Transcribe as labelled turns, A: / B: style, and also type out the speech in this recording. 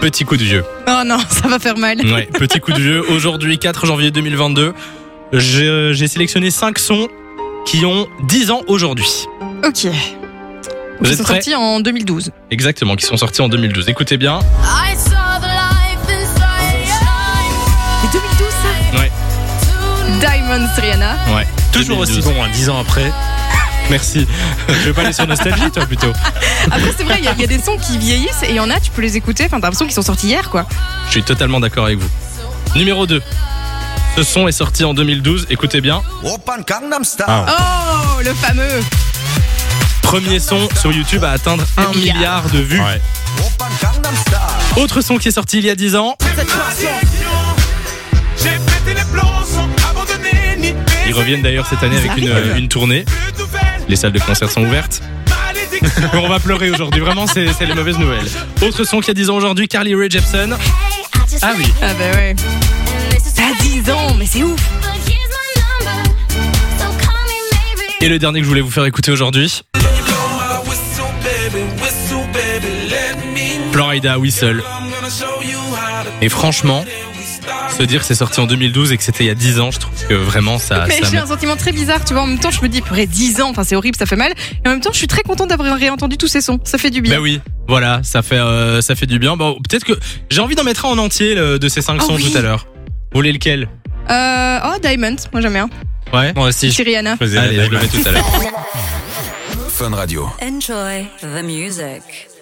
A: Petit coup de vieux.
B: Oh non, ça va faire mal.
A: Ouais, petit coup de vieux. Aujourd'hui, 4 janvier 2022, je- j'ai sélectionné 5 sons qui ont 10 ans aujourd'hui.
B: Ok.
A: Vous
B: C'est
A: êtes prêts
B: sorti en 2012.
A: Exactement, qui sont sortis en 2012. Écoutez bien.
C: I saw the life inside
B: C'est 2012 ça
A: Ouais,
B: Diamond Rihanna.
A: ouais.
D: Toujours aussi bon, hein, 10 ans après.
A: Merci. je vais pas aller sur Nostalgie, toi, plutôt.
B: Après, c'est vrai, il y, a- il y a des sons qui vieillissent et il y en a, tu peux les écouter. Enfin, t'as l'impression qu'ils sont sortis hier, quoi.
A: Je suis totalement d'accord avec vous. Numéro 2. Ce son est sorti en 2012. Écoutez bien.
E: 오빤 강남스타일
B: Oh, le fameux.
A: Premier son sur YouTube à atteindre 1
B: milliard.
A: milliard de vues.
D: Ouais.
E: 오빤 강남스타일
A: Autre son qui est sorti il y a 10 ans. Ils reviennent d'ailleurs cette année avec une, euh, une tournée. Les salles de concert sont ouvertes. On va pleurer aujourd'hui, vraiment, c'est c'est les mauvaises nouvelles. Autre son qu'il y a 10 ans aujourd'hui, Carly Rae Jepsen. Ah oui,
B: Ah bah ouais. T'as 10 ans, mais c'est ouf.
A: et le dernier que je voulais vous faire écouter aujourd'hui, Florida Whistle. Et franchement, se dire que c'est sorti en 2012 et que c'était il y a 10 ans, je trouve que vraiment ça.
B: Mais
A: Ah, ça
B: j'ai
A: me-
B: un sentiment très bizarre, tu vois. En même temps, je me dis, purée, 10 ans, enfin, c'est horrible, ça fait mal. Et en même temps, je suis très contente d'avoir réentendu tous ces sons. Ça fait du bien.
A: Bah oui, voilà, ça fait, euh, ça fait du bien. Bon, peut-être que j'ai envie d'en mettre un en entier le- de ces 5
B: Oh
A: sons
B: oui.
A: tout à l'heure. Vous voulez lequel
B: Euh, oh, Diamond, moi j'aime bien.
A: Ouais
D: Moi aussi, je
B: C'est Rihanna.
D: faisais
A: Allez,
D: la
A: je le mets tout à l'heure.
E: Fun Radio
F: Enjoy the music.